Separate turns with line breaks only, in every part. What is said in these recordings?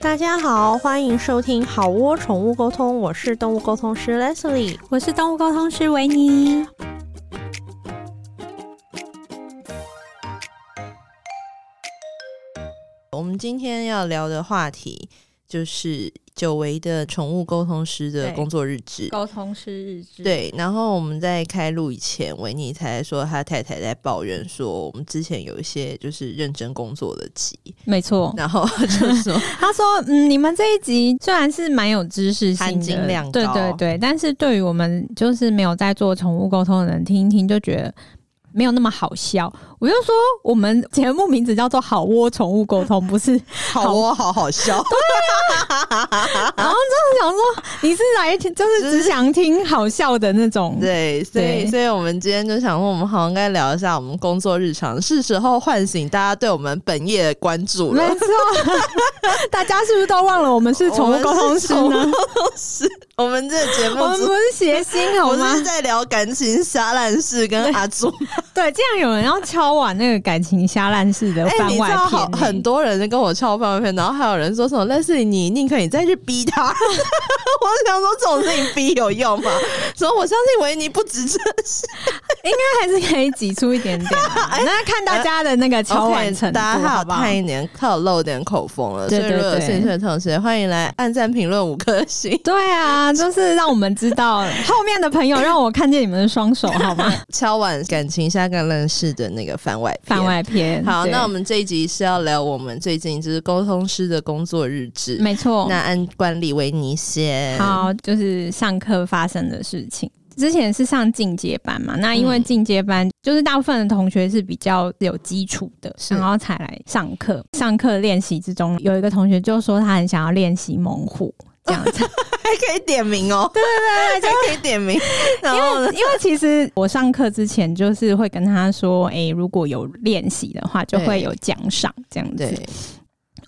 大家好，欢迎收听好窝宠物沟通，我是动物沟通师 Leslie。
我是动物沟通师维尼。
我们今天要聊的话题就是久违的宠物沟通师的
对
工作日志。
沟通师日志，，
对，然后我们在开录以前，维尼才说他太太在抱怨说，我们之前有一些就是认真工作的集，
没错。
然后他就 说
他说：“嗯，你们这一集虽然是蛮有知识性的，
含金量高
对对对，但是对于我们就是没有在做宠物沟通的人听一听，就觉得没有那么好笑。”我就说：“我们节目名字叫做‘好窝宠物沟通’，不是？”
好窝好好笑，
然后就是想说你是来听，就是只想听好笑的那种。
对，所以
对
所以我们今天就想说，我们好像该聊一下我们工作日常，是时候唤醒大家对我们本业的关注
没
了。
错，大家是不是都忘了我们是宠物沟通师
我们
呢？
是宠物沟通师，我们这个节目
我们不
组。
是谐星好
我
吗
是？在聊感情狭烂事跟阿朱，
对，竟然有人要敲碗那个感情瞎烂事的
哎、
番
你知
外
道好
篇、
很。多人跟我敲番外篇，然后还有人说什么类似你宁可你再去逼他， 我想说这种事情逼有用吗？所以我相信维尼不止这些，
那还是可以挤出一点点 啊、那看大家的那个敲碗
OK，
程度，
哎呃大家还
好
有
不好
探？一点，还有露点口风了。
对
所以如果有
对对
兴趣的同学，欢迎来按赞、评论五颗星。
对啊，就是让我们知道后面的朋友，让我看见你们的双手，好 吗？
敲碗感情下跟认识的那个番外篇
番。外篇。
好，
对
那我们这一集是要聊我们最近就是沟通师的工作日志。
没错
那。按惯例，维尼先。，
好，就是上课发生的事情。之前是上进阶班嘛，那因为
嗯
进阶班、就是大部分的同学是比较有基础的，
是
然后才来上课。上课练习之中，有一个同学就说他很想要练习猛虎这样 子，
还可以点名哦。对对对，还 可以点名。然
因
后
为
呢？
因为其实我上课之前就是会跟他说，诶，如果有练习的话，就会
对
有奖赏这样子。
对，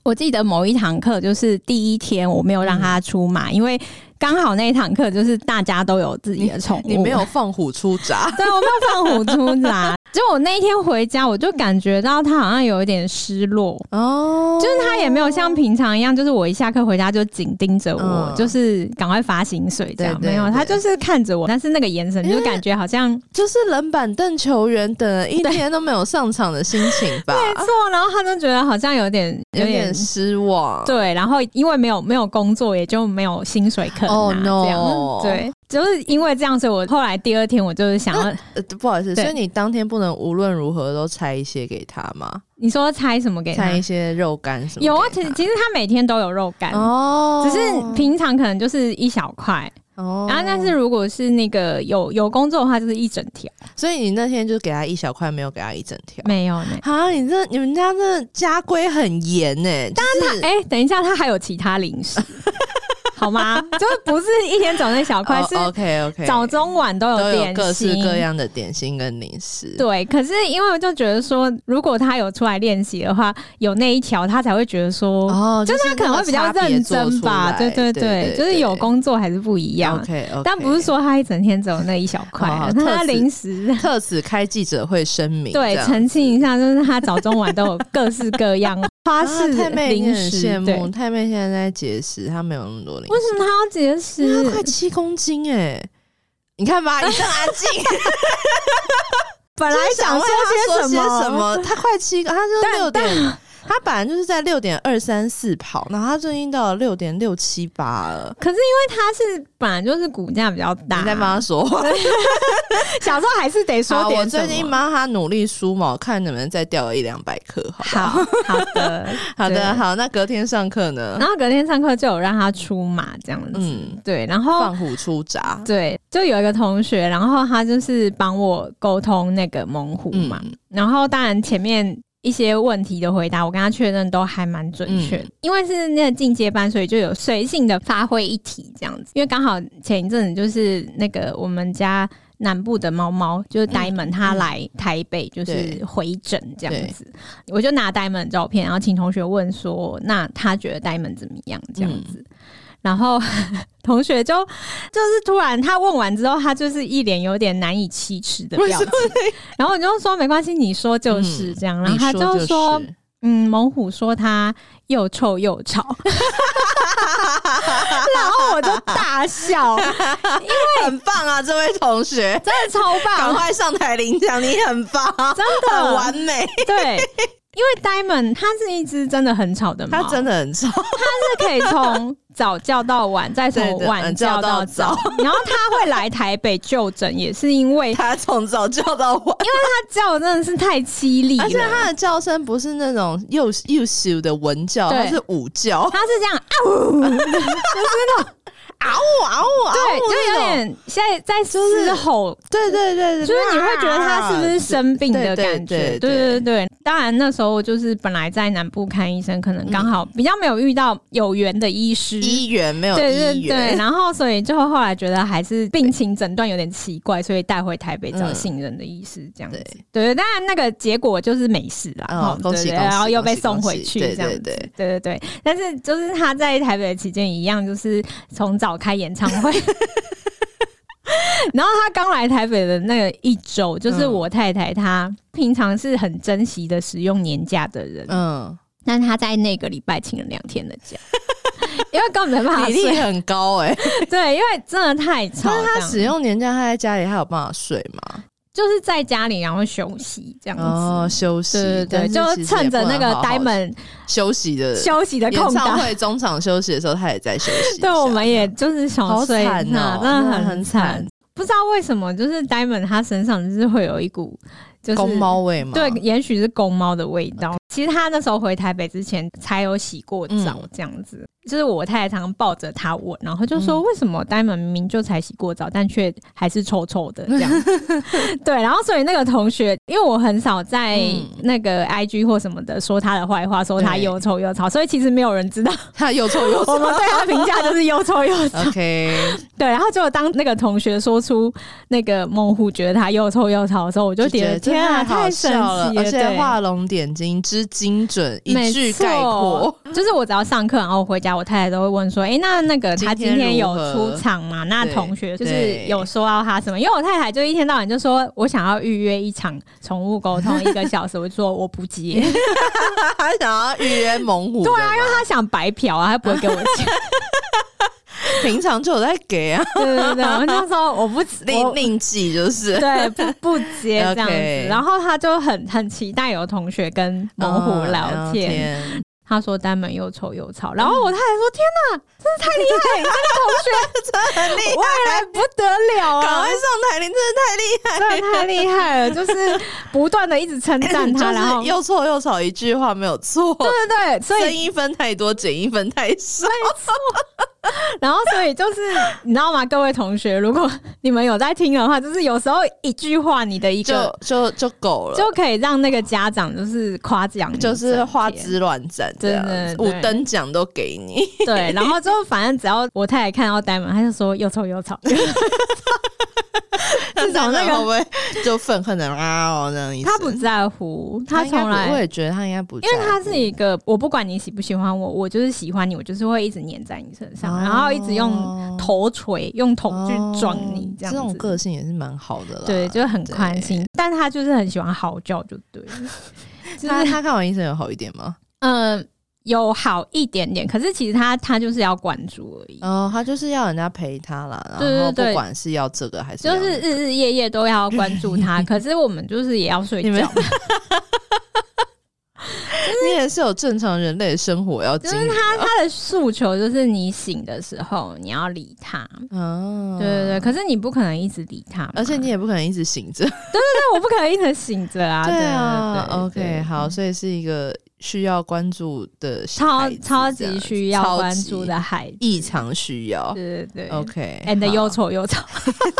我记得某一堂课就是第一天我没有让
嗯
他出马，因为刚好那一堂课就是大家都有自己的宠物，
你没有放虎出闸。
对，我没有放虎出闸。就我那一天回家，我就感觉到他好像有一点失落，
哦，
就是他也没有像平常一样，就是我一下课回家就紧盯着我，
嗯
就是赶快发薪水这样。
对对
没有，
对
他就是看着我，但是那个眼神就感觉好像
就是冷板凳球员等了一天都没有上场的心情吧。
没哎错，然后他就觉得好像有点
有
有
点
点。
失望。
对，然后因为没有没有工作，也就没有薪水可拿
Oh, no.
这样对，就是因为这样，所以我后来第二天我就是想 要，
呃，不好意思，
对
所以你当天不能无论如何都拆一些给他吗？
你说猜什么给他
拆？一些肉干什么给他？
有啊，其实其实他每天都有肉干，啊
哦，
只是平常可能就是一小块，
哦，
然后但是如果是那个有有工作的话，就是一整条，
所以你那天就给他一小块，没有给他一整条。
没有呢。
啊，你这你们家这家规很严呢、但是哦
哎、等一下，他还有其他零 食，好吗？就是不是一天走那小块，是
OK 哦 OK，
早中晚都
都
有
有
点
各式
心。
各样的点心跟零食。
对，可是因为我就觉得说，如果他有出来练习的话，有那一条，他才会觉得说，
哦，
就是他可能会比较
那个差别
认
做
真
出
吧。
来
对
对
对，就是有工作还是不一样。
OK OK，
但不是说他一整天只有那一小块，
哦好好
那
特
他
此
零食
特此开记者会声明，
对
这样
澄清一下，就是他早中晚都有各式各样花
啊
式
太妹
零
也很
食
羡，
对，
慕，太妹现在在节食，她没有那么多零
为什么他要节
食，她快
食？
七公斤哎、你 看吧，一阵安静，
本来想
说
些
说些
么，
什么？她快七，她就是
但
六点，她本来就是在六点二三四跑，然后她最近到了六点六七八了。
可是因为他是本来就是骨架比较大，
你在帮她说话，
小时候还是得说
好，我
点
最
什
近
么。
帮她努力梳毛，看能不能再掉一两百克。好不好，
好好的，
好的，
对
好，那隔天上课呢
然？后隔天上课就有让他出马这样子，
嗯，
对，然后
放虎出闸，
对，就有一个同学，然后他就是帮我沟通那个猛虎嘛，
嗯
然后当然前面一些问题的回答，我跟他确认都还蛮准确
嗯
的，因为是那个进阶班，所以就有随性的发挥一题这样子。因为刚好前一阵子就是那个我们家南部的猫猫，就是呆萌，它来台北就是
嗯对
回诊这样子，我就拿呆萌的照片，然后请同学问说，那他觉得呆萌怎么样这样子。
嗯
然后 同学就就是突然他问完之后，他就是一脸有点难以启齿的
为
表
什
情。然后我就说没关系，你说就是这样。然后他
你
就
嗯就
说
是，
嗯，猛虎说他又臭又吵， 然后我就大笑，
很棒啊，这位同学，
真的超
赶
棒，
快上嗯台领奖，你很棒，啊
真的
很完美。
对。因为 Diamond 它是一只真的很吵的猫，
他真的很吵，
是可以从早叫到晚，再
对
从
的
晚
嗯叫
叫
到
到早。然后它会来台北就诊，也是因为它
他从早叫到晚，
叫真的是太凄厉
而且
了。
他的叫声不是那种又又咻的文叫，
对
他是午 叫，
它是这样，啊、
嗷呜嗷呜嗷
对，
呜
就有
哦啊那种。
点现在在嘶吼，
对对对对，
就是你会觉得它是不是生病的
啊对对
感觉？
对对
对对对。当然那时候就是本来在南部看医生，可能刚好比较没有遇到有缘的医师，
医缘没有
对对
医
对，
缘，
然后所以就后来觉得还是病情诊断有点奇怪，所以带回台北找信任的医师这样子。
嗯
对对，当然那个结果就是没事啦，
哦
哦
恭喜
对对
恭喜
然后又被
恭喜
送
恭
回
喜
去
对
这样
对
子。
对
对对对但是就是他在台北的期间一样，就是从早开演唱 会。然后他刚来台北的那个一周，就是
嗯
我太太她平常是很珍惜的使用年假的人，
嗯，
但她在那个礼拜请了两天的假，因为根本没办法
比
睡
例很高哎。
对，因为真的太吵 欸这样，
但是他使用年假，他在家里还有办法睡吗？
就是在家里然后休息这样子。
哦，休
嗯
息，
对对对，
但是
就
其实也
趁着那个
不能好好
Diamond
休息的
休息的
演
空
唱
档，
会中场休息的时候，他也在休息一下。
对，我们也就是想
好
睡
惨
那
哦，
真的
那很
很惨
惨。
不知道为什么，就是 Diamond 他身上就是会有一股就是
公猫味嘛，
对，也许是公猫的味道。其实他那时候回台北之前才有洗过澡，
嗯
这样子。就是我太太常常抱着他吻，然后就说
嗯
为什么呆萌明明就才洗过澡，但却还是臭臭 的这样。对，然后所以那个同学，因为我很少在
嗯
那个 IG 或什么的说他的坏话，说他
对
又臭又吵，所以其实没有人知道
他又臭 又
我们
臭。
对他评价就是又 臭又
嗯
吵。
OK，
对，然后结果当那个同学说出那个梦户觉得他又臭又吵的时候，我就觉得
真的
天啊，
太好
太神奇
笑
了，
了，而且
对
画龙点睛之精准，一
没
句
错
概括。
就是我只要上课，然后回家，我太太都会问说：“哎、那那个他今
今天
天有
如何
出场吗？”那
对
同学就是
对
有说到他什么？因为我太太就一天到晚就说：“我想要预约一场宠物沟通一个 小时。”我就说：“我不接。
他想要预约猛虎，对啊，因为”
他想白嫖啊，他不会给我 钱。
平常就有在给啊，
对对对，我就说我不
另
我
另计 就是
对不不接这样
OK
子。然后他就很很期待有同学跟猛虎聊
嗯
天。他说丹门又臭又吵，然后我太太说：“天哪，真是太厉害！你这个
真的很厉
同学未来不得了
害，赶
啊！”
快上台，你真的
真的太厉
太厉害。
害了，就是不断的一直称赞他，然 后
就是又臭又吵，一句话没有错，
对对对，所
增
以
一分太多，减一分太少。
然后所以就是你知道吗，各位同学，如果你们有在听的话，就是有时候一句话，你的一
就呃
个
就就够了，
就可以让那个家长就是夸奖你
就
整天，
是花枝乱展这样子
真，的
五
对
等奖都给你，
对，然后之后反正只要我太太看到呆萌，她就说又臭又 吵，自从那个
会不会就愤恨的啊哦那样意思？
她不在乎，她
他哎应该
从
不
来
我也觉得他应该不在
因
乎，
为他是一个，我不管你喜不喜欢我，我就是喜欢你，我就是会一直黏在你身上，
哦
然后一直用头锤、用头去撞你
哦，
这样
这种
子。
个性啊也是蛮好的啦。
对，就很宽心，但他就是很喜欢嚎叫，就对 了，就
他
是
他看完医生有好一点 吗？
嗯、有好一点点，可是其实他他就是要关注而已，
哦，他就是要人家陪他啦，然
对对
后
对
不管是要这个还是
就
要
是日日夜夜都要关注 他，可是我们就是也要睡
你们
觉，
你也是有正常人类的生活要经啊
就是
历的
他他的诉求就是你醒的时候你要理他，
啊，
对对对，可是你不可能一直理他嘛，
而且你也不可能一直醒着。
但我不可能一直醒着 啊。对
啊
对对对嗯
，OK，好，所以是一个需要关注的
超
孩子
超
这样
级
子
需要
超
关
级
注的孩 子，
异常需要。
对对对。
OK，
and
好
又丑又吵，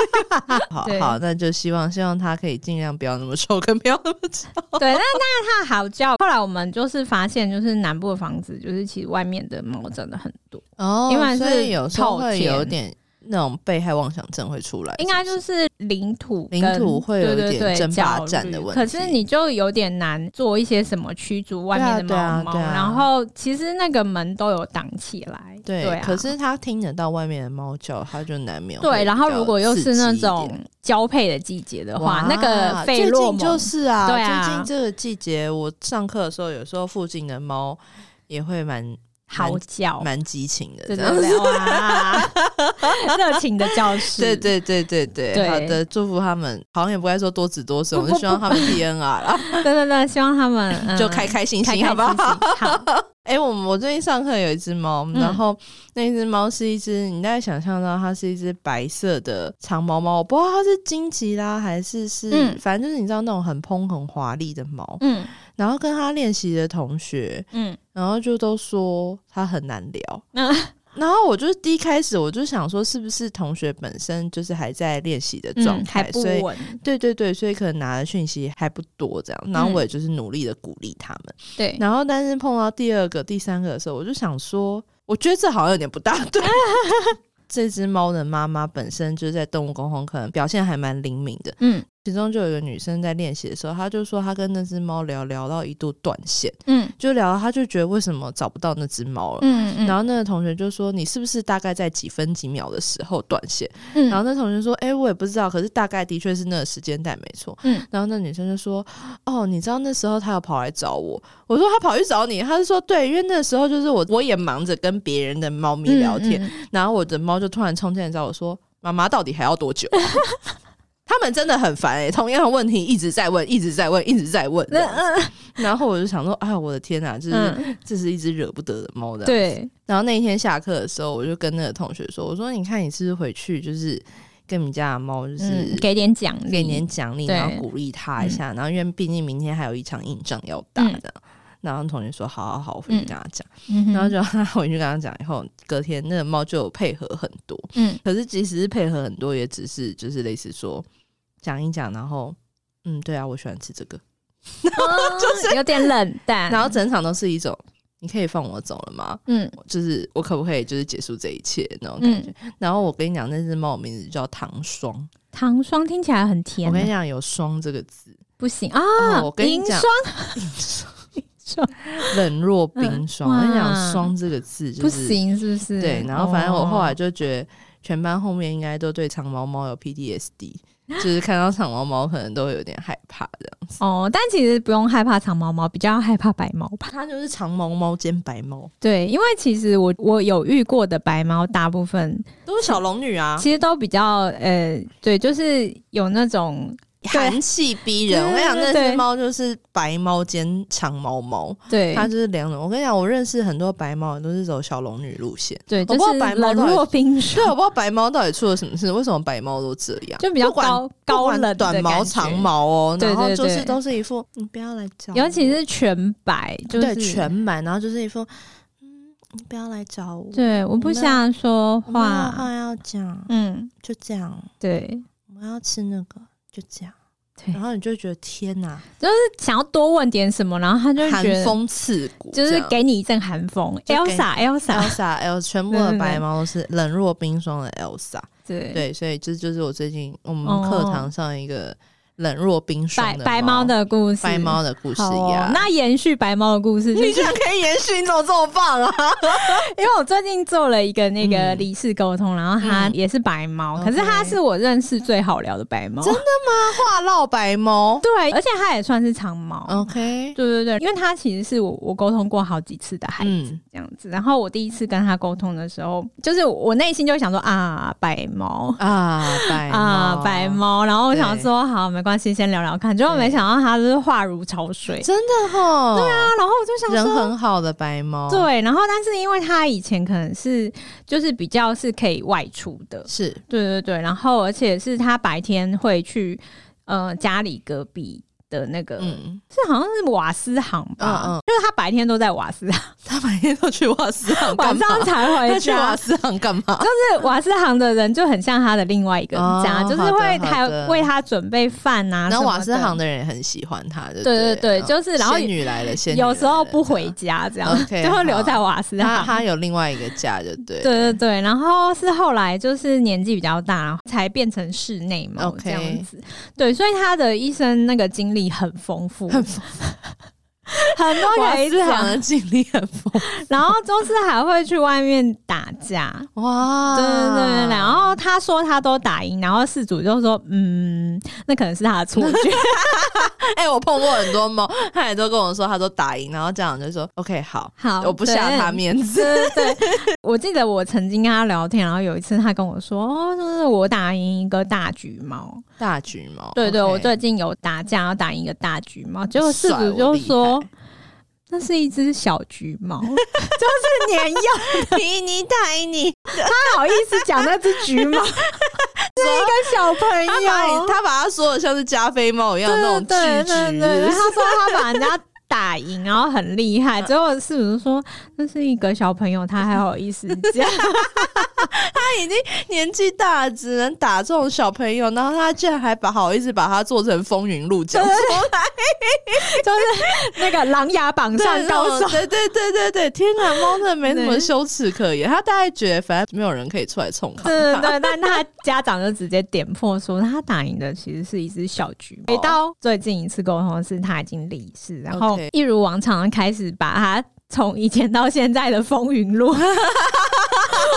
好
对
好，那就希望希望他可以尽量不要那么臭，跟不要 那么吵。
对，那那它嚎叫。后来我们就是发现，就是南部的房子，就是其实外面的猫真的很多，
哦
因为
所
是
以有时候
透
会
天
有点那种被害妄想症会出来，
应该就是领土
领
跟
土会有
对对
点
对
争霸
焦
战的
虑
问
可
题
是你就有点难做一些什么驱逐外面的
对啊
猫猫，
对啊对啊
然后其实那个门都有挡起来，
对，
对啊。
可是他听得到外面的猫叫，他就难免会
对，然后
比较
如果又是那
刺激一点
种交配的季节的话
哇，
那个费洛
最近就
蒙
是啊，
对啊
最近这个季节，我上课的时候，有时候附近的猫。也会蛮
嚎叫，
蛮激情的这
哦对对
样子。
对，哇，热情的教室，
对对对对对，
对
好的，祝福他们。好像也不该说多子多孙，我们希望 他们 DNR 啦，
对对对，希望他们、嗯
就开开心
开
心，好不好？
心好，
哎、我我最近上课有一只猫，
嗯
然后那只猫是一只，你大概想象到它是一只白色的长毛猫，我不知道它是金吉拉还是是，
嗯
反正就是你知道那种很蓬很华丽的猫。
嗯
然后跟它练习的同学，
嗯
然后就都说它很难聊。
嗯
然后我就是第一开始我就想说，是不是同学本身就是还在练习的 状
嗯，
态，
还不
所以
稳，
对对对，所以可能拿的讯息还不多这样。然后
嗯
我也就是努力的鼓励他们。
对，
然后，但是碰到第二个、第三个的时候，我就想说，我觉得这好像有点不大对。这只猫的妈妈本身就是在动物沟通，可能表现还蛮灵敏的。
嗯
其中就有一个女生在练习的时候，她就说她跟那只猫聊聊到一度断线，
嗯
就聊到她就觉得为什么找不到那只猫了。
嗯嗯，
然
后
后那个同学就说：“你是不是大概在几分几秒的时候断线？”
嗯
然后那同学说：“哎、我也不知道，可是大概的确是那个时间带没错。”
嗯
然后那女生就说：“哦，你知道那时候他有跑来找我。”我说：“他跑去找你？”他就说：“对，因为那时候就是我我也忙着跟别人的猫咪聊天，，
嗯嗯
然后我的猫就突然冲进来找我说：‘妈妈，到底还要多久啊、 他们真的很烦哎、同样的问题一直在问，一直在问，一直在问。这
那
样
嗯
然后我就想说：“啊、我的天哪、这是、
嗯，
这是一只惹不得的猫的。”
对，
然后那一天下课的时候，我就跟那个同学说：“我说你看，你是不是回去就是跟你们家的猫，就是
嗯，给点奖励，
给你点奖励，
对
然后鼓励它一下。然后因为毕竟明天还有一场硬仗要打
嗯
的。然后同学说：“好好好，我回去跟他讲。
嗯哼，
然后就让 他回去跟他讲。以后隔天那个猫就有配合很多，
嗯
可是即使是配合很多，也只是就是类似说讲一讲，然后嗯，对啊，我喜欢吃这个。
嗯就是有点冷淡，
哦然后整场都是一种你可以放我走了吗？
嗯
就是我可不可以就是结束这一切那种感觉。然后我跟你讲，那只猫名字叫糖霜。
糖霜听起来很
我
甜，啊
跟你讲，有“霜”这个字，
不行啊
哦我，跟你
银
讲
霜，霜
冷若冰霜。
嗯
我跟你讲，“
哇
霜”这个字
不
就是
行，是不是？
对。然后反正我后来
哦
就觉得，全班后面应该都对长毛猫有 PTSD，就是 看到长毛猫可能都会有点害怕这样子。
哦，但其实不用害怕长毛猫，比较害怕白猫吧。
它就是长毛猫兼白猫，
对，因为其实我我有遇过的白猫，大部分
都是小龙女啊，
其实都比较呃，对，就是有那种
寒气逼人。我跟你讲，那
对对
只
对
猫就是白猫兼长毛猫，
对
它就是两种。我跟你讲，我认识很多白猫都是走小龙女路线。
对，
我
就
不知道
是
白猫
冷
到底
若冰
对，啊
霜，
我不知道白猫到底出了什么事，为什么白猫都这样？
就比较
不管
高高冷
不管
的
短毛、
感觉
长，毛哦，
对
然后
对
就
对
是都是一副嗯你不要来找我，
尤其是全白，就是
对全白，然后就是一副嗯，你不要来找我，
对，我不想说
我们有
话
话，要讲，
嗯，
就这样，
对，
我们要吃那个，就这样。
对
然后你就觉得天哪，
想要多问点什么，然后他就
寒
觉得
风刺骨，
就是给你一阵寒风
就给你啊
，Elsa Elsa，
Elsa L 全部的白猫都是冷若冰霜的 Elsa，
对
对，所以这就是我最近我们
哦
课堂上一个冷若冰霜
白
的
白猫的故事，
白猫的故事
好哦
呀。
那延续白猫的故 事，就是
你居然可以延续，你怎么这么棒啊？
因为我最近做了一个那个
嗯
离世沟通，然后它也是白猫，
OK 哦
可是它是我认识最好聊的白猫，
真话唠白猫
对，而且它也算是长毛。
哦，OK，
对对对，因为它其实是我我沟通过好几次的孩子
嗯，
这样子，然后我第一次跟它沟通的时候，就是我内心就想说啊白猫
啊，白猫
啊白，猫，然后我想说好没关系，先聊聊看，结果
对
没想到它就是话如潮水
真的哈，对
啊
啊，，
然后我就想
人
说
很好的白猫，，
对，然后但是因为他以前可能是就是比较是可以外出的，
是
对对对，然后而且是他白天会去呃家里隔壁的那个、
嗯，
是好像是瓦斯行吧，
嗯嗯
就是他白天都在瓦斯行，
他每天都去瓦斯行干
晚
嘛？
上才
他
回
去瓦
家。
斯行干嘛？
就是瓦斯行的人就很像他的另外一个家，
哦
就是
好的
会
好
还
的
为他准备饭啊，
然后瓦斯
斯
行的人也很喜欢他，对不
对对对
嗯
就是然后
仙女来了，仙女
有时候不
来
回
了，
家这样，
OK，
就会留
好
在瓦斯
这
行。
样他他有另外一个家，就
对
对，
对对，然后是后来就是年纪比较大，才变成室内猫
OK
这样子。对，所以他的一生那个经历很丰富，
很
丰很多
哇
可以
四行
讲
的。经历很丰
然后周四还会去外面打架，
富哇
对对对。然后他说他都打赢，然后事主就说嗯，那可能是他的错觉。
哎、我碰过很多猫，他也都跟我说，他都打赢，然后家长就说 OK 好，
好，
我不下
对
他面子。
对对对，我记得我曾经跟他聊天，然后有一次他跟我说，哦，就是我打赢一个大橘猫。
大橘猫，
对对
OK
我最近有打架，然后打赢一个大橘猫，结果事
帅
主就
我厉
说
害。
那是一只小橘猫， 就是年幼，
皮尼打赢你，
不好意思讲那只橘猫 是一个小朋
他把
友
你，他把他说的像是加菲猫一样那种
对
巨
对对对，
橘。
他说他把人家打赢，然后很厉害，结果事主就说那是一个小朋友，他还好意思讲，
他已经年纪大了，只能打这种小朋友，然后他居然还把好意思把它做成风云录讲出来，
就是那个琅琊榜上
对
高手，
对对对对对，天啊，猫真的没什么
对
羞耻可言。他大概觉得反正没有人可以出来冲 他，
对对对，但 他家长就直接点破说，他打赢的其实是一只小橘猫。到最近一次沟通是他已经离世，然后
OK
一如往常地开始把他从以前到现在的风云 录。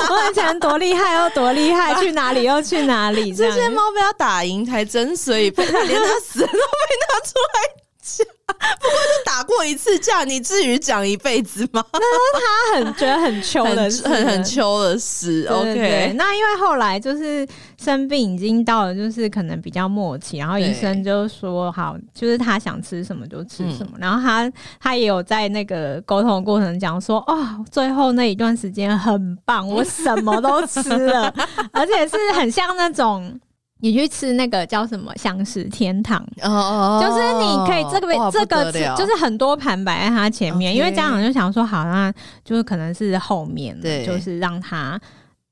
我以前多厉害又多厉 害，去哪里又去哪里，这
这些
样
猫被他打赢才真衰，被他连他死都没拿出来讲。不过就打过一次架，你至于讲一辈子吗？
他很觉得很糗
很
的事了，
很很秋的事。
对对对
OK，
那因为后来就是生病已经到了，就是可能比较末期，然后
对
医生就说好，就是他想吃什么就吃什么。然后他他也有在那个沟通的过程讲说，哦，最后那一段时间很棒，我什么都吃 了，而且是很像那种你去吃那个叫什么香食天堂。
哦哦
就是你可以这
哇
个这
不
个
得了
就是很多盘摆在他前面，
OK
因为家长就想说，好，那就是可能是后面
对
就是让他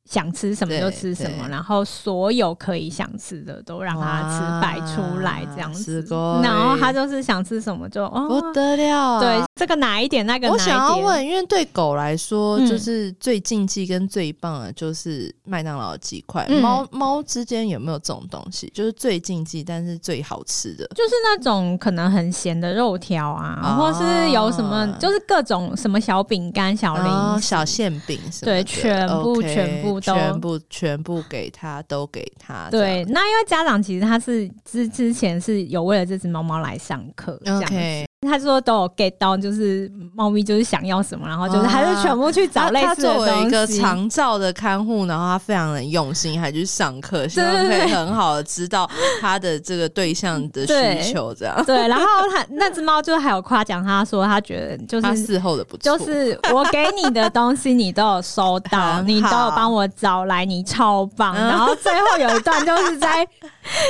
想吃什么就吃什
对
么，
对
然后所有可以想吃的都让他吃摆出来这样子
哇すご，い
然后他就是想吃什么就
不
哦，
得了、啊。
对，这个哪一点那个哪
我
一点，
想要问，因为对狗来说，
嗯
就是最禁忌跟最棒的就是麦当劳的鸡块。
嗯
猫猫、之间有没有这种东西？就是最禁忌但是最好吃的？
就是那种可能很咸的肉条啊，
哦
或是有什么就是各种什么小饼干、小零
哦
食、
小馅饼什么的
对全部
OK，
全部都
全部全部给他，都给他。
对，那因为家长其实他是之之前是有为了这只猫猫来上课，这
这样
样子。
，OK。
他说都有 get 到，就是猫咪就是想要什么，然后就是还是全部去找
他
类
啊他
似的
作为一个
东西。
长照的看护，然后他非常的用心，还去上课，希望
对
可
对
以
对
很好的知道他的这个对象的
对
需求，这样。
对，然后他那只猫就还有夸奖他说，他觉得就
他
是
伺候的不错，
就是我给你的东西，你都有收到，
很
你都有
好
帮我找来，你超棒。
嗯
然后最后有一段就是在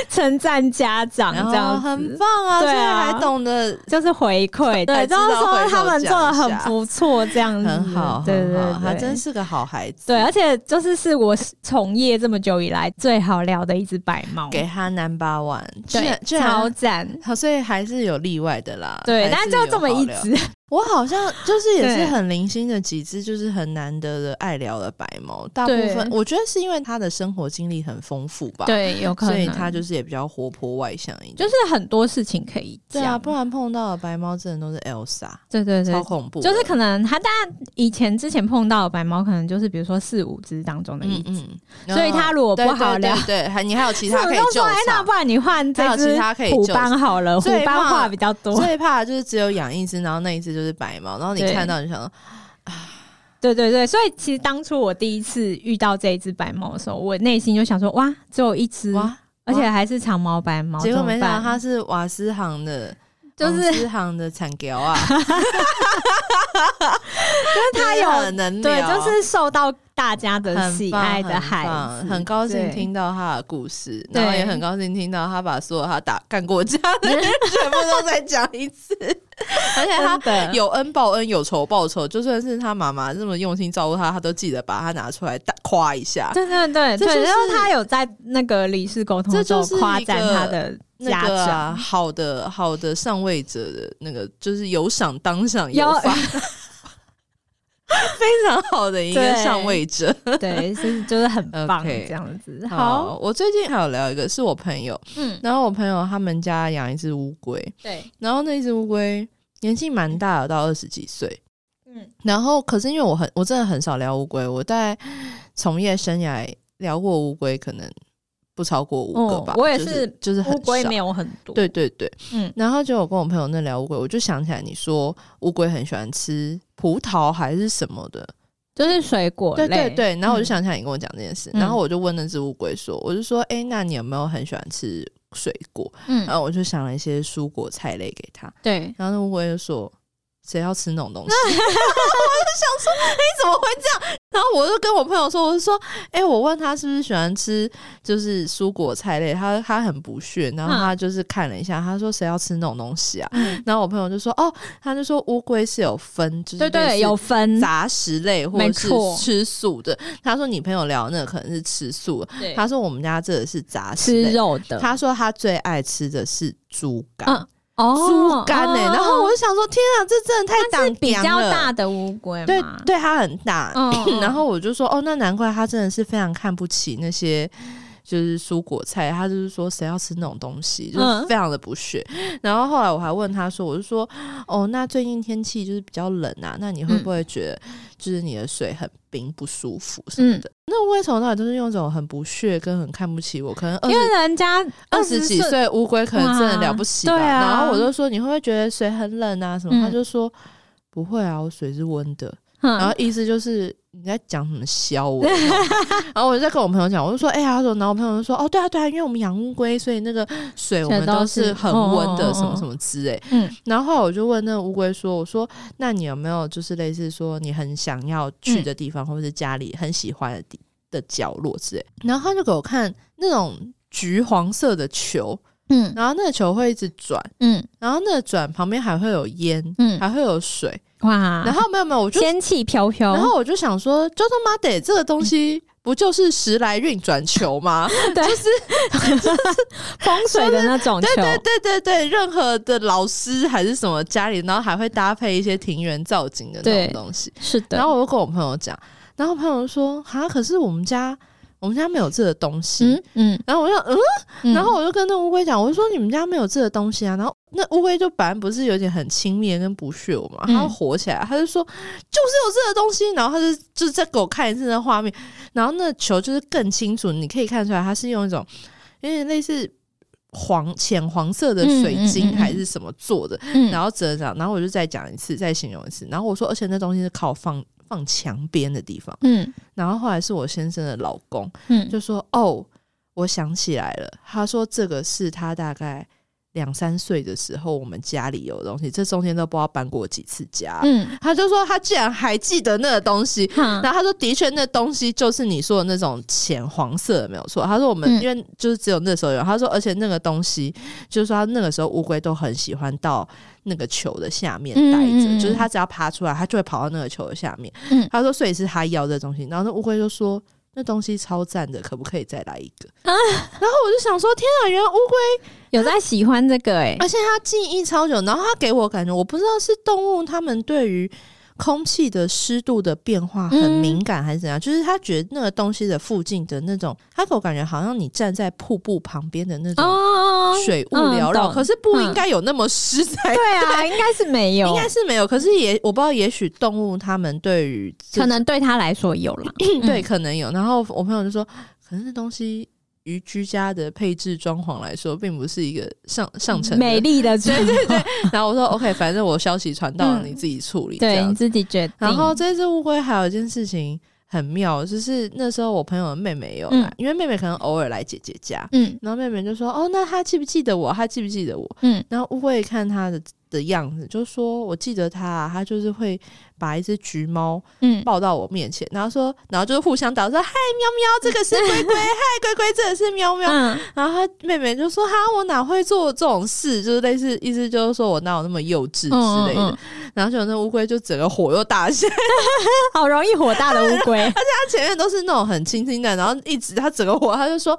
称赞家长
然后
这样子，
很棒啊，
对
所以
啊
还懂得。
就是回馈，
才
对，
知
就
道
是说他们做的很不错，这样子，
很好，
对对
很好
对，
他真是个好孩子。
对，而且就是是我从业这么久以来最好聊的一只白猫，
给他 number one，居
对
然，居
超
然
赞，
好，所以还是有例外的啦。
对，
还
但
是
就这么一
有好聊。
只，
我好像就是也是
对
很零星的几只，就是很难得的爱聊的白猫。大部
对
分我觉得是因为他的生活经历很丰富吧，，
对，有可
所以
能
他就是也比较活泼外向一点。
就是很多事情可以
对啊，
讲，
不然碰到的白猫真的都是 Elsa，
对对
超
对。
恐怖的，
就是可能他，但以前之前碰到的白猫，可能就是比如说四五只当中的一
嗯
只，
嗯，
所以他如果
对
不好聊
对，对对，还你还有其
所以我
他可以
就
救
说，哎，那
场
不。然你换
还有
这
其
只
他可以
虎
救
斑好了，虎
最
斑
怕
话比较多，
最怕的就是只有养一只，然后那一只就是白猫，然后你
对
看到你就想说，
对对对，所以其实当初我第一次遇到这一只白猫的时候，我内心就想说，哇，只有一只，
哇，
而且还是长毛白猫，
结果没
嗯怎么
想
办
到它是瓦斯行的，
就是
瓦斯行的产条 啊，
但它有
很能
对，
聊，啊
就是受到大家的
很
喜
棒
爱的
很
孩
棒
子，
很高兴
对
听到他的故事，然后
对
也很高兴听到他把所有他打干过架的 全部都再讲 一次，而且他
真的
有恩报恩，有仇报仇，就算是他妈妈这么用心照顾他，他都记得把他拿出来大夸一下。
对对对
这
对，
就是
然后他有在那个理事沟通的时候
这就是一个
夸赞他的
那
家
个
长，
啊，好的好的上位者的那个，就是有赏当赏 有
有
罚， 非常好的一个
对
上位者。
对，是就是 很棒
OK
这样子。好，
我最近还有聊一个，是我朋友，
嗯，
然后我朋友他们家养一只乌龟，
对，
然后那只乌龟。年纪蛮大的，到二十几岁。
嗯，
然后可是因为我很我真的很少聊乌龟，我大概从业生涯聊过乌龟可能不超过五个
哦
吧。
我也
就是就是很
乌龟
少
没有很多，
对，对对，
嗯
然后就我跟我朋友那聊乌龟，我就想起来你说乌龟很喜欢吃葡萄还是什么的，
就是水果
对
类，
对对。然后我
嗯
就想起来你跟我讲这件事，
嗯
然后我就问那只乌龟说，我就说，哎、那你有没有很喜欢吃水果？
嗯
然后我就想了一些蔬果菜类给他，
对，
然后那乌龟就说。谁要吃那种 东西？我就想说，哎、怎么会这样？然后我就跟我朋友说，我就说，哎、我问他是不是喜欢吃就是蔬果菜类，他他很不屑，然后他就是看了一下，他说谁要吃那种东西啊？
嗯
然后我朋友就说，哦，他就说乌龟是有分，就是
对
类
对
似
有分，
杂食类或
没
者是
错
吃素的。他说你朋友聊的那个可能是吃素，
对
他说我们家这个是杂食
吃
类。
肉的，
他说他最爱吃的是猪肝，
嗯哦
猪肝哎、
哦
然后我就想说，天啊，这真的太
它是
挡
比较
了
大的乌龟嘛，
对对，它很大。
嗯，嗯
然后我就说，哦，那难怪他真的是非常看不起那些就是蔬果菜，他就是说谁要吃那种东西，就是
嗯
非常的不屑。然后后来我还问他说，我就说，哦，那最近天气就是比较冷啊，那你会不会觉得
嗯
就是你的水很冰不舒服什么的？那为什么到底都是用这种很不屑跟很看不起我？可能二
因
十
为人家
二十几
岁
岁乌龟可能真的了不起吧。
哇对啊
然后我就说你会不会觉得水很冷啊什么？
嗯
他就说不会啊，我水是温的。
嗯
然后意思就是你在讲什么消我。 然后我就在跟我朋友讲，我就说哎呀、他说，然后我朋友就说哦对啊对啊，因为我们养乌龟，所以那个水我们都是很温
哦哦
的，
哦
什么什么之类。
嗯
然后后来我就问那个乌龟说，我说那你有没有就是类似说你很想要去的地方，或者是家里很喜欢的地的角落之类？然后他就给我看那种橘黄色的球。
嗯
然后那个球会一直转，
嗯
然后那个转旁边还会有烟，
嗯
还会有水。
哇，
然后没有没有，我就
仙气飘飘，
然后我就想说，就他妈得这个东西不就是时来运转球吗？
对，就是风水的那 种球，
对对对对对，任何的老师还是什么家里，然后还会搭配一些庭园造景的那
对
种东西。
是的。
然后我就跟我朋友讲，然后朋友说：“哈，可是我们家我们家没有这个东西。
嗯嗯，
然后我就嗯，
嗯
然后我就跟那乌龟讲，我就说你们家没有这个东西啊。然后那乌龟就本来不是有点很轻蔑跟不屑我嘛，
嗯
它就火起来，它就说就是有这个东西。然后它就就是再给我看一次那画面，然后那球就是更清楚，你可以看出来它是用一种有点类似黄浅黄色的水
嗯嗯嗯
晶
嗯
还是什么做的，
嗯
然后只能讲，然后我就再讲一次，再形容一次。然后我说，而且那东西是靠放放墙边的地方。
嗯
然后后来是我先生的老公。
嗯，
就说：“哦，我想起来了。”他说：“这个是他大概两三岁的时候，我们家里有的东西，这中间都不知道搬过几次家。
嗯，
他就说他竟然还记得那个东西。
哈
然后他说，的确，那东西就是你说的那种浅黄色的，没有错。他说我们、
嗯
因为就是只有那时候有。他说，而且那个东西，就是说他那个时候乌龟都很喜欢到那个球的下面待着，
嗯嗯嗯
就是他只要爬出来，他就会跑到那个球的下面。
嗯
他说，所以是他要这东西。然后那乌龟就说。那东西超赞的，可不可以再来一个？然后我就想说，天啊，原来乌龟，
有在喜欢这个哎，
而且它记忆超久，然后它给我感觉，我不知道是动物它们对于空气的湿度的变化很
嗯
敏感，还是怎样？就是它觉得那个东西的附近的那种，它给我感觉好像你站在瀑布旁边的那种
哦，
啊水雾
嗯
缭绕，
懂
可是不
嗯
应该有那么湿才。
对啊，应该是没有
应，该是没有，可是也我不知道，也许动物它们对于这
可能嗯对他来说有啦。
对，可能有。然后我朋友就说，可是那东西于居家的配置装潢来说，并不是一个上上乘的
美。丽的 猪，对对
然后我说 OK，反正我消息传到了，
嗯
你自己处理。这
对，
样
你
子。
自己决定。
然后这只乌龟还有一件事情很妙，就是那时候我朋友的妹妹也有来，
嗯
因为妹妹可能偶尔来姐姐家，
嗯
然后妹妹就说：“哦，那她记不记得我？她记不记得我？”
嗯
然后乌龟看她的的样子，就说：“我记得她、啊，她就是会把一只橘猫
嗯，
抱到我面前，然后说，然后就互相打说：‘嗨，喵喵，这个是龟 龟；嗨，龟龟，这个是喵喵。’
嗯
然后她妹妹就说：‘哈，我哪会做这种事？’就是类似意思，就是说我哪有那么幼稚之类的。
嗯嗯
然后就那乌龟就整个火又打起来，
好容易火大的乌龟，
它前面都是那种很清清淡，然后一直它整个火，它就说。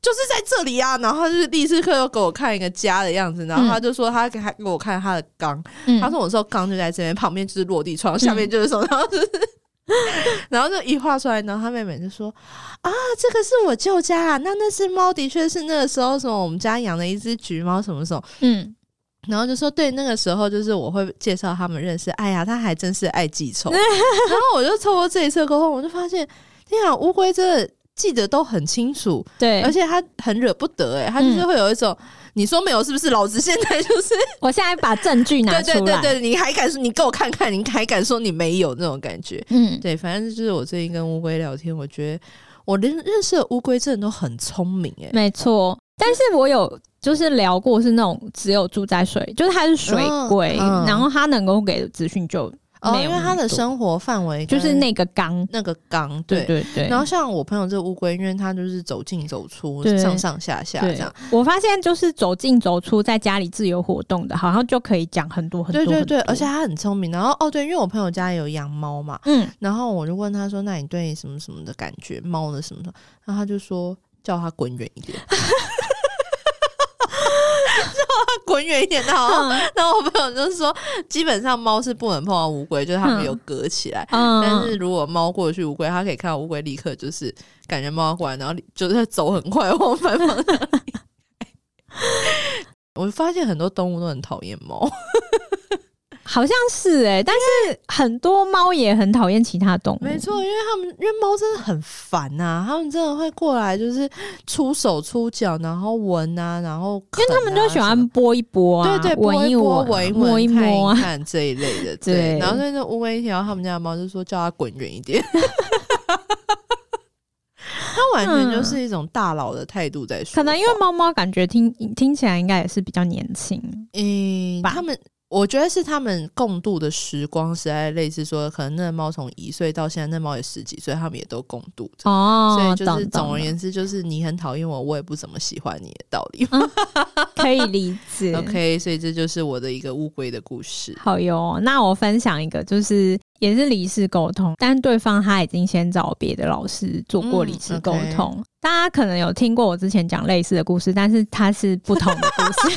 就是在这里啊，然后他就是第一次课又给我看一个家的样子，然后他就说他给他给我看他的缸，
嗯
他说我说缸就在这边，旁边就是落地窗，下面就是什么，然后
嗯
就是， 然后就一画出来，然后他妹妹就说啊，这个是我舅家啊，那那只猫的确是那个时候什么我们家养了一只橘猫什么什么，
嗯
然后就说对，那个时候就是我会介绍他们认识。哎呀，他还真是爱 记仇。然后我就透过这一次过后，我就发现，天啊，乌龟真的记得都很清楚，
对，嗯
而且他很惹不得哎、他就是会有一种、你说没有是不是？老子现在就是
我现在把证据拿
对
出来，
对对对，你还敢说你给我看看，你还敢说你没有那种感觉？
嗯，
对，反正就是我最近跟乌龟聊天，我觉得我认认识的乌龟真的都很聪明哎、
没错。但是我有就是聊过，是那种只有住在水，就是它是水龟，
嗯嗯
然后它能够给的资讯就
哦，
没有
因为
那么
他的
多
生活范围
就是
跟
那个缸，
那个缸，
对对对。
然后像我朋友这个乌龟，因为它就是走进走出，
对
上上下下这
对
样。，
我发现就是走进走出，在家里自由活动的，好像就可以讲很多很多
对对对，
很多
而且它很聪明。然后哦，对，因为我朋友家有养猫嘛，
嗯，
然后我就问他说：“那你对什么什么的感觉，猫的什么什么？”然后他就说：“叫它滚远一点， 叫它滚远一点。”然后，
嗯
然后我朋友就说：“基本上猫是不能碰到乌龟，就是它们
嗯
有隔起来。
嗯，
但 是如果猫过去乌龟，它可以看到乌龟，立刻就是感觉猫过来，然后就是走很快往反方向。 我发现很多动物都很讨厌猫，
好像是哎、但是很多猫也很讨厌其他动物，
没错，因为它们因为猫真的很烦呐、它们真的会过来就是出手出脚，然后闻啊，然后、
因为他们就喜欢拨一拨啊，
对对，拨
闻
一
一
拨、
闻啊
闻一
摸一
看
摸
一
啊，
看这一类的。
对
对，然后那个乌龟一条，他们家的猫就说叫它滚远一点。 它完全就是一种大佬的态度在说
嗯
话，
可能因为猫猫感觉听听起来应该也是比较年轻，
嗯，
吧
他们我觉得是他们共度的时光实在类似说，可能那猫从一岁到现在，那猫也十几岁，他们也都共度着。
哦，
所以就是
懂
总而
懂
言 之，就是你很讨厌我，我也不怎么喜欢你的道 理。
可以理解。
OK，所以这就是我的一个乌龟的故事。
好哟，那我分享一个，就是也是离世沟通，但对方他已经先找别的老师做过离世沟通。大家可能有听过我之前讲类似的故事，但是它是不同的故事。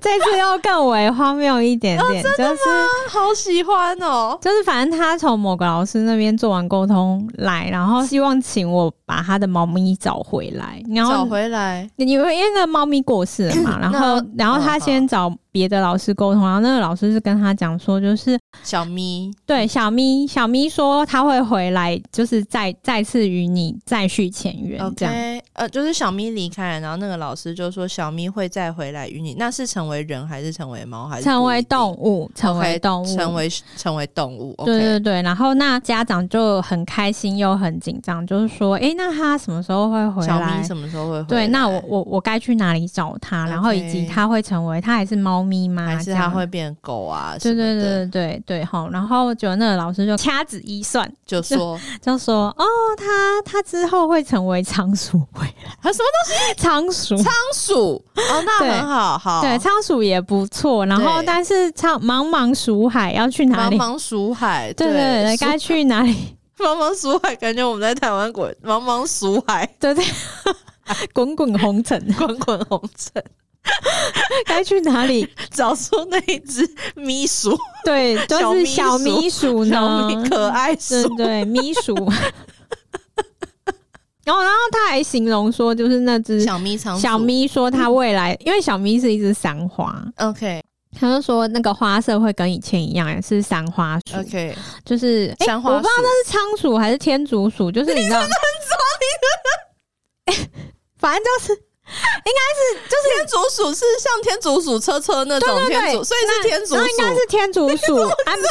这次又更为荒谬一点点，就是
好喜欢哦！
就是反正他从某个老师那边做完沟通来，然后希望请我把他的猫咪找回来，然
找
后
回来，
因为因为那猫咪过世了 嘛，然后然后他先找别的老师沟通，然后那个老师是跟他讲说，就是
小咪，
对小咪小咪说他会回来，就是再再次与你再续前缘这样。
OK，呃，就是小咪离开了，然后那个老师就说小咪会再回来与你，那是成为人还是成为猫，还是
成
不一
为
定
动物，成
OK，
为动物，
成为成为动物？OK，
对对对，然后那家长就很开心又很紧张，就是说，诶，那他什么时候会回
小
来
咪？什么时候会回来
对，那我我我该去哪里找它？然后以及
OK
它会成为它还是猫咪吗？
还是
这
它
样
会变狗啊？
对对
什么的，
对对对对吼，然后就那个老师就掐指一算，
就 说
就说哦，它它之后会成为仓鼠回
啊什么
来，仓鼠
仓鼠哦，那
对
很好，好，
对，仓鼠也不错，然后
对
但是仓茫茫鼠海要去哪
茫
里？
茫鼠海，
对对对，
鼠
该去哪 里？
茫茫鼠海，感觉我们在台湾滚茫茫鼠海，
对对，滚滚红尘，
滚滚红尘，
该去哪里？
找出那一只 咪鼠，
对，
小
就是
咪
小
鼠
米鼠
小
呢，
咪可爱鼠
对， 对，咪鼠。 然后，然后他还形容说，就是那只
小咪仓鼠嗯
小咪说，它未来因为小咪是一只三花，
，OK
他就说那个花色会跟以前一样，是三花鼠，
OK，
就是诶
三花
我不知道
鼠
那是仓鼠还是天竺鼠，就是你知道， 反正就是
天竺鼠是像天竺鼠车车那种
对对对
天竺，所以是天竺
那应该
鼠
是。天竺 鼠。I'm
怎么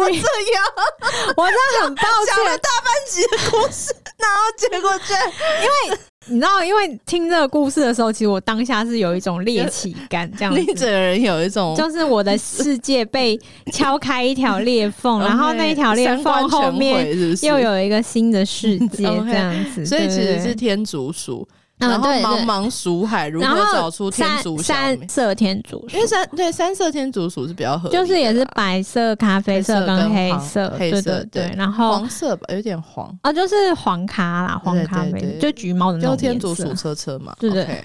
sorry，
这样？
我真的很抱
讲了
歉，
大半集的故事，然后结果居然
你知道，因为听这个故事的时候，其实我当下是有一种猎奇感，这样
令
子。
整个人有一种
就是我的世界被敲开一条裂缝， 然后那一条裂缝后面
是不是
又。有一个新的世界，
OK，
这样子。
所以
对
其实
对
是
对
天竺鼠，
嗯
然后
对对
茫茫鼠海如
然
何
后
找出天竺小
三
明
三色天竺鼠
因为三对三色天竺鼠是比较合理的
就
啦，
是也是哦白色、咖啡色跟黑色，
黑色跟黄黑色
对对对
对。
然后
黄色吧，有点黄，
啊，就是黄咖啦，黄咖
对对
啡
对
就橘猫的那
就
种
天竺鼠
颜色。
车车嘛。
对对
OK，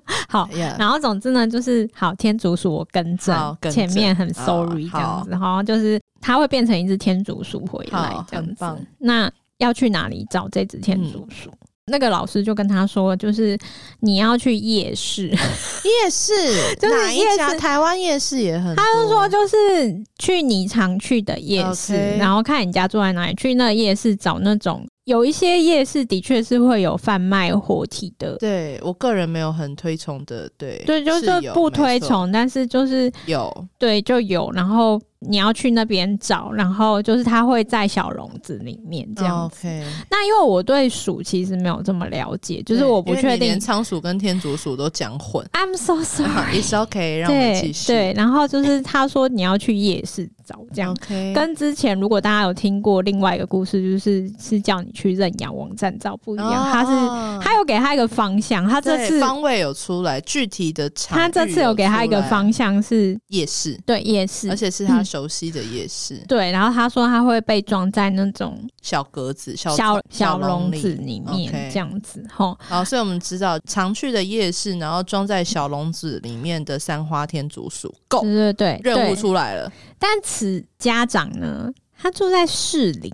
好，
yeah，
然后总之呢，就是好天竺鼠，我更
好
正，
更正啊
前面很
好
sorry 这样子，然后就是它会变成一只天竺鼠回来
好
这样
很棒嗯
子。那要去哪里找这只天竺鼠？那个老师就跟他说，就是你要去夜市，
哦夜市
就是
哪一
夜
家？
市
台湾夜市也很多，
他就说就是去你常去的夜市
OK
然后看你家住在哪里，去那夜市找那种有一些夜市的确是会有贩卖活体的，
对我个人没有很推崇的，对
对，就是是
有
不
没
推
错
崇，但是就是
有
对就有，然后你要去那边找，然后就是他会在小笼子里面这样子。
OK，
那因为我对鼠其实没有这么了解，就是
对
我不
因为
确
你连
定。
仓鼠跟天竺鼠都讲 混
I'm so sorry。
，It's OK，让我 们
对
继续。
对，然后就是他说你要去夜市找这样
o k
跟之前如果大家有听过另外一个故事，就是是叫你去认养网站找不一样，他是
是
他有给他一个方向，他这次
哦方位有出来，具体的场
他这
域
次有给他一个
出来
方向是
夜市，
对夜市，
而且是他
嗯
熟悉的夜市，
对，然后他说他会被装在那种
小格子、小
小小笼
笼
子里面
OK 哦
这样子吼。
好，所以我们知道常去的夜市，然后装在小笼子里面的三花天竺鼠，Go
对对对，
任务
嗯对。
出来了。哦
但此家长呢，他住在士林，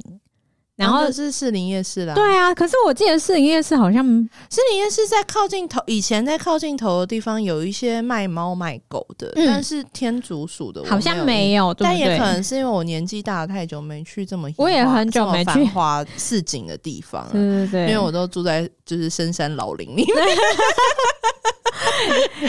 然后
这哦是士林夜市啦，，
对啊，可是我记得士林夜市好像
士林夜市在靠近头，以前在靠近头的地方有一些卖猫卖狗的，
嗯
但是天竺鼠的我
好像没
有。
有，对
但
不
也
对
可？能是因为我年纪大了太久没去这么
我也很久没去
花市井的地方了，
对对对，
因为我都住在就是深山老林里面。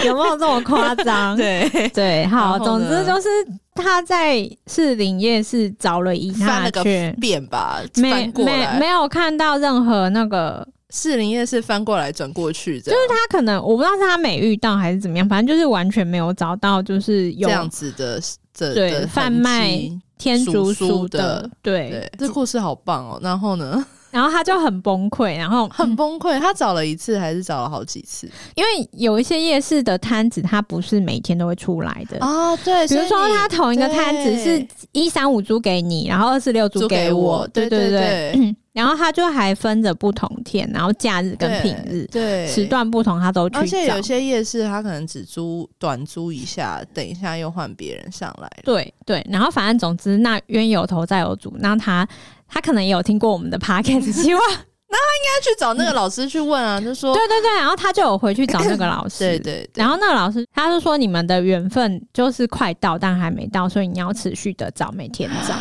有没有这么夸张？
对，
对，好，
然后
总
呢
之就是他在士林夜市找了一
翻
大
了个
圈，
遍吧，
没
翻过
没
来
没。有看到任何那个，
士林夜市翻过来转过去，就是
他可能我不知道是他没遇到还是怎么样，反正就是完全没有找到，就是有
这样子的的
对
的痕迹
贩卖天竺
鼠
鼠
鼠
的
的，
对
对，，这故事好棒哦。然 后呢，
然后他就很崩溃，然 后
很崩溃。他找了一次还是找了好几次
因为有一些夜市的摊子，它不是每天都会出来的。
啊？对，
嗯比如说，他同一个摊子是
对
一三五租给你，然后二四六租
租
给
给我
我，，对
对
对，
对
然后他就还分着不同天，然后假日跟平日
对
时。段不同，他都去
而且
找
有。些夜市，他可能只租短租一下，等一下又换别人上来了。
对对，然后反正总之，那冤有头债有主，那他他可能也有听过我们的 podcast，希 望
哦他去找那个老师去问啊，就说
对对对，然后他就有回去找那个老师，
对对对
然后那个老师他就说你们的缘分就是快到，但还没到，所以你要持续的找，每天找。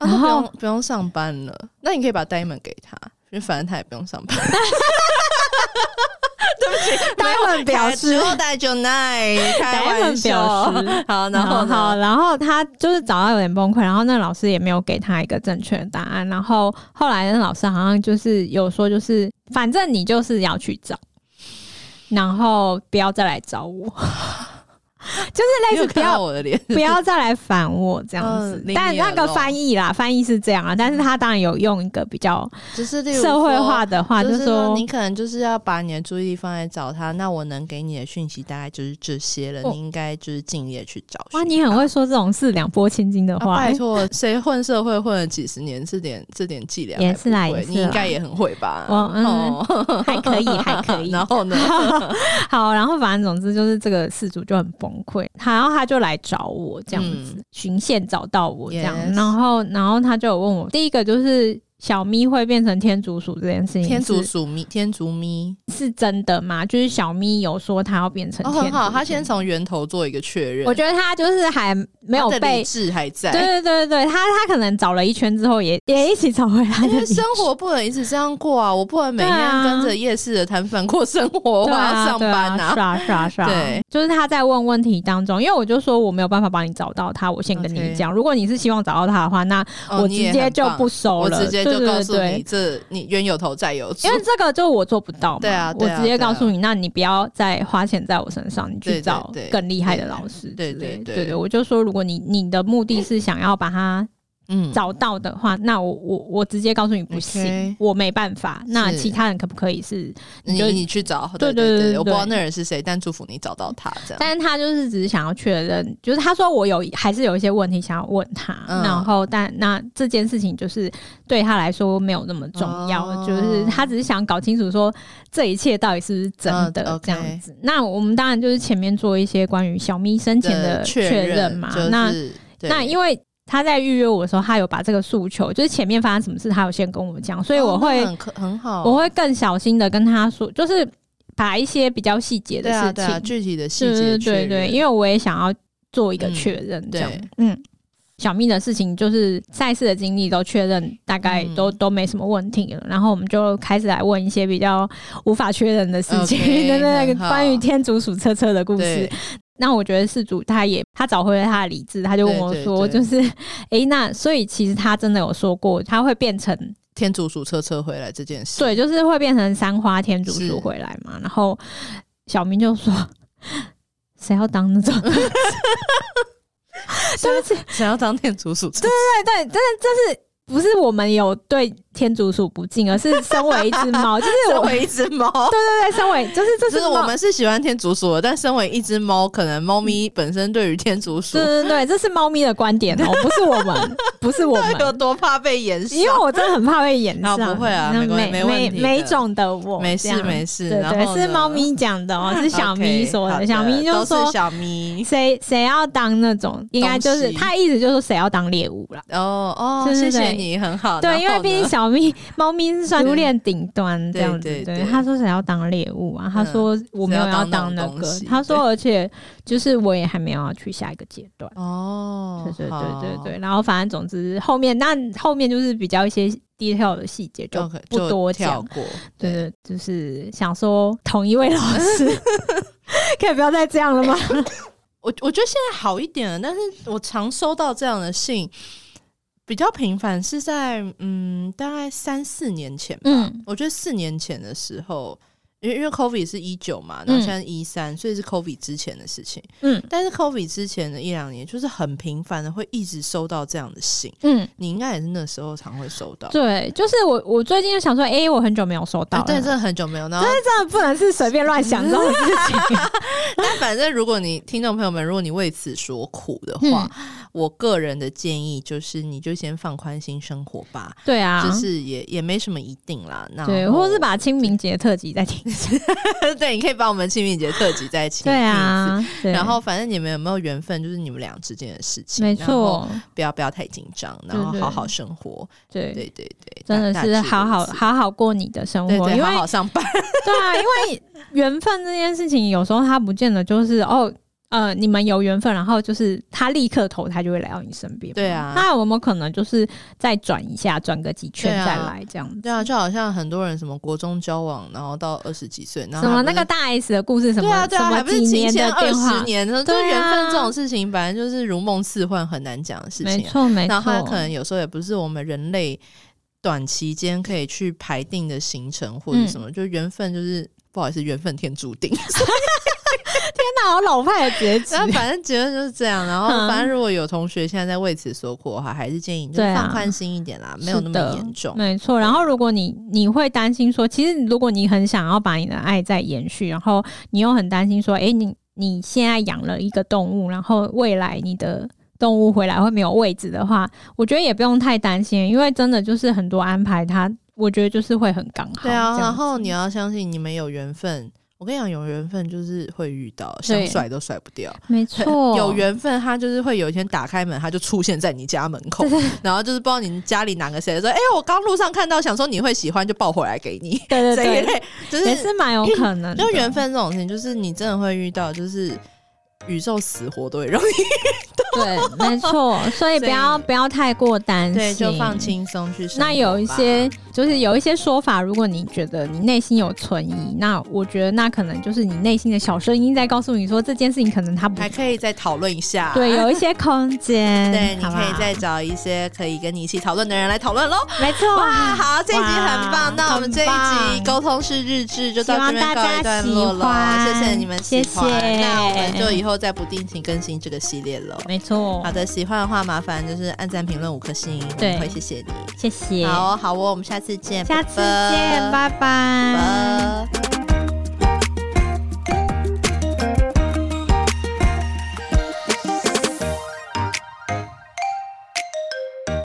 啊，那
然
不
后
用不用上班了，那你可以把 diamond 给他，因为反正他也不用 上班。
待会表示，
后代就耐，开
待会
玩笑。
表示。
好， 然后
好，
呢？
然后他就是找到有点崩溃，然后那老师也没有给他一个正确的答案，然后后来那老师好像就是有说，就是反正你就是要去找，然后不要再来找我， 就是类
你有
似不
看到
要
我的脸？
不要再来烦我这样子
嗯。林
但
野
那个
龙
翻译啦，翻译是这样啊，但是他当然有用一个比较
就是例如
社会化
的
的话，
就是
说
你可能就是要把你的注意力放在找他。那我能给你的讯息大概就是这些了，
哦
你应该就是尽力地去找寻他。
哇，你很会说这种四两拨千斤的
啊
话，
拜
欸
托，谁混社会混了几十年，这点这点伎俩
也
还
是啦
不会
也是
你应
啦
该也很会吧？
我嗯
哦，
还可以， 还可以。
然 后呢？
好，然后反正总之就是这个事主就很崩溃，然后他就来找我这样子，循线找到我这样
嗯 Yes
然后然后他就有问我，第一个就是小咪会变成天竺鼠这件事情是，
天竺鼠咪，天竺咪，
是真的吗？就是小咪有说他要变成
哦，
天竺
很
鼠，
好，他先从源头做一个确认。
我觉得他就是还没有
他的理
被。
智还在，
对对对对，他他可能找了一圈之后也，也一起找回他的
因为
理智
哎生活不能一直这样过啊！我不能每
对啊
天跟着夜市的摊贩过生活，我
对
还
啊
要上班
对啊，是啊是啊是啊，
对，
就是他在问问题当中，因为我就说我没有办法帮你找到他，我先跟你
OK
讲如果你是希望找到他的话，那
哦
我直
你也
接
很
就
棒
不收
我
了，
直接就告诉
对对对
你，这你冤有头债有主
因，为这个就我做不到嘛，
对啊
我
对啊
直接
对啊
告诉你，那你不要再花钱在我身上，你
对
去
对
找
对
更厉害的老师之类
对
的，
对对
对，我就说如果你你的目的是想要把他
嗯，
找到的话，那我我我直接告诉你不行
OK，
我没办法，那
是
其他人可不可以是
你
就
你去找，
对
对
对
对
对对
我不知道那人是谁，但祝福你找到他这样。
但是他就是只是想要确认，就是他说我有还是有一些问题想要问他，
嗯
然后但那这件事情就是对他来说没有那么重要，
哦
就是他只是想搞清楚说这一切到底是不是真
嗯
的
，OK
这样子。那我们当然就是前面做一些关于小咪生前的
确
认嘛，
就是
那
对
那因为。他在预约我的时候，他有把这个诉求，就是前面发生什么事，他有先跟我讲，所以我会、
哦那很可很好，
我会更小心的跟他说，就是把一些比较细节的
对
事
啊
情，
对啊，具体的细
对
节
对对对，因
为
为我也想要做一个确认，这样，嗯。小蜜的事情就是赛事的经历都确认，大概
嗯
都、都没什么问题了。然后我们就开始来问一些比较无法确认的事情，
OK，
对对对，
很好
关于天竺鼠车车的故事
对。
那我觉得事主他也他找回了他的理智，他就问我
对对
说，
对
就是诶，那所以其实他真的有说过，他会变成
天竺鼠车车回来这件事，
对，就是会变成三花天竺
是
鼠回来嘛。然后小明就说：“谁要当那种？” 对不起，
想要当天竺鼠车车，
对对，真的就是不是我们有对天竺鼠不敬，而是身为一只猫，就是
身
我对
为一只猫，
对对，身为就是这
就是是我
猫
们是喜欢天竺鼠的，但身为一只猫，可能猫咪本身对于天竺鼠
对对对，这是猫咪的观点哦、不是我们，不是我
有
们。
多怕被延
因为
烧。
我真的很怕被演上，
啊不会啊
那
没关
每
没问
每
题的
每种的我
没事
这样
没事
对
然后
对，是
呢
猫咪讲的哦、是小咪
OK，
说
好
的，
的，
小咪就
都
说
是小咪。
谁谁要当那种，应该就是
东西
他意思就是说谁要当猎物啦。
哦哦，
对对
谢谢
对
你，很好。
对，因
哦然
为
后
毕
呢
竟小 咪猫咪是算
对
初恋顶端这样子。
对
对
对对
他说谁要当猎物啊？他说我没有
谁要当
当那
那种东
个
西。
他说而且就是我也还没有要去下一个阶段。
哦，
对对
好
对对对，然后反正总之后面那后面就是比较一些 detail 的细节就
OK，
不
就
多
跳
讲。
过。
对，对，就是想说同一位老师， 可以不要再这样了吗？
我我觉得现在好一点了，但是我常收到这样的信，比较频繁是在嗯，大概三四年前吧。
嗯
我觉得四年前的时候，因为因为 COVID 是一九嘛，然后现在一三、所以是 COVID 之前的事情。
嗯
但是 COVID 之前的一两年，就是很频繁的会一直收到这样的信。
嗯，
你应该也是那时候常会收到，
对，就是我，我最近就想说，哎、我很久没有收到
啊
了，
对，真的很久没有。然后
但是真的不能是随便乱想这种事情。
但 反正，如果你听众朋友们，如果你为此所苦的话，
嗯
我个人的建议就是，你就先放宽心生活吧，
对啊，
就是也也没什么一定啦。那
对，或者是把清明节特辑再听一次。
对，你可以把我们清明节特辑再请
对啊，对
然后反正你们有没有缘分，就是你们俩之间的事情，
没
然后
错，
不要不要太紧张，然后
对对
好好生活，
对。
对对对，
真的
大
是
大致
好好
如此
好好过你的生活，
对
因
对，
为
好好上班，
对啊，因为缘分这件事情，有时候它不见得就是哦，呃，你们有缘分，然后就是他立刻投胎就会来到你身边嘛。
对啊
那我们可能就是再转一下，转个几圈
对啊
再来这样子。
对啊，就好像很多人什么国中交往，然后到二十几岁，然后
什么
还不
那
是
个大 S 的故事，什
对啊，
么
对
什
啊，
么
还不是
几
情
年
前
的
二
电话
十，年呢？就
对啊
是缘分这种事情，本来就是如梦似幻，很难讲的事
没
情啊。
错没错。
然后它可能有时候也不是我们人类短期间可以去排定的行程或者什么，就缘分就是。不好意思，缘分天注 定。
那好老派的结局
然后啊反正结论就是这样。然后
嗯
反正如果有同学现在在为此所苦的话，还是建议你就
对啊
放宽心一点啦，没有那么严重。
没错。然后如果你你会担心说，其实如果你很想要把你的爱再延续，然后你又很担心说，诶，你你现在养了一个动物，然后未来你的。动物回来会没有位置的话，我觉得也不用太担心，因为真的就是很多安排它，我觉得就是会很刚好这
对
样
啊，
子。
然后你要相信你们有缘分。我跟你讲，有缘分就是会遇到，想
对
甩都甩不掉。
没错，
有缘分，他就是会有一天打开门，他就出现在你家门口，然后就是不知道你家里哪个谁说，哎、我刚路上看到，想说你会喜欢，就抱回来给你，
对
这一
对
类，就
对，也
是
是蛮有可能 的，
就缘分这种事情，就是你真的会遇到，就是宇宙死活都会让你，
对，没错，所以不要
所以
不要太过担心，
对，就放。轻松去生活吧。
那有一些就是有一些说法，如果你觉得你内心有存疑，那我觉得那可能就是你内心的小声音在告诉你说这件事情可能它不
还可以再讨论一下，
对，有一些空间，
对，你
好吧
可以再找一些可以跟你一起讨论的人来讨论喽。
没错，
哇，好，这一集很棒
哇。
那我们这一集
很棒
沟通式日志就到
希
这
望
边告一段落了
大，家喜
谢
欢
谢你们喜欢。
谢哦谢
那我们就以后再不定期更新这个系列了。
没错
好，的，喜欢的话麻烦就是按赞、评论五颗星，我
对
们会谢谢你。
谢谢，
好哦，好哦，我们下次见，
下次见，拜拜
拜。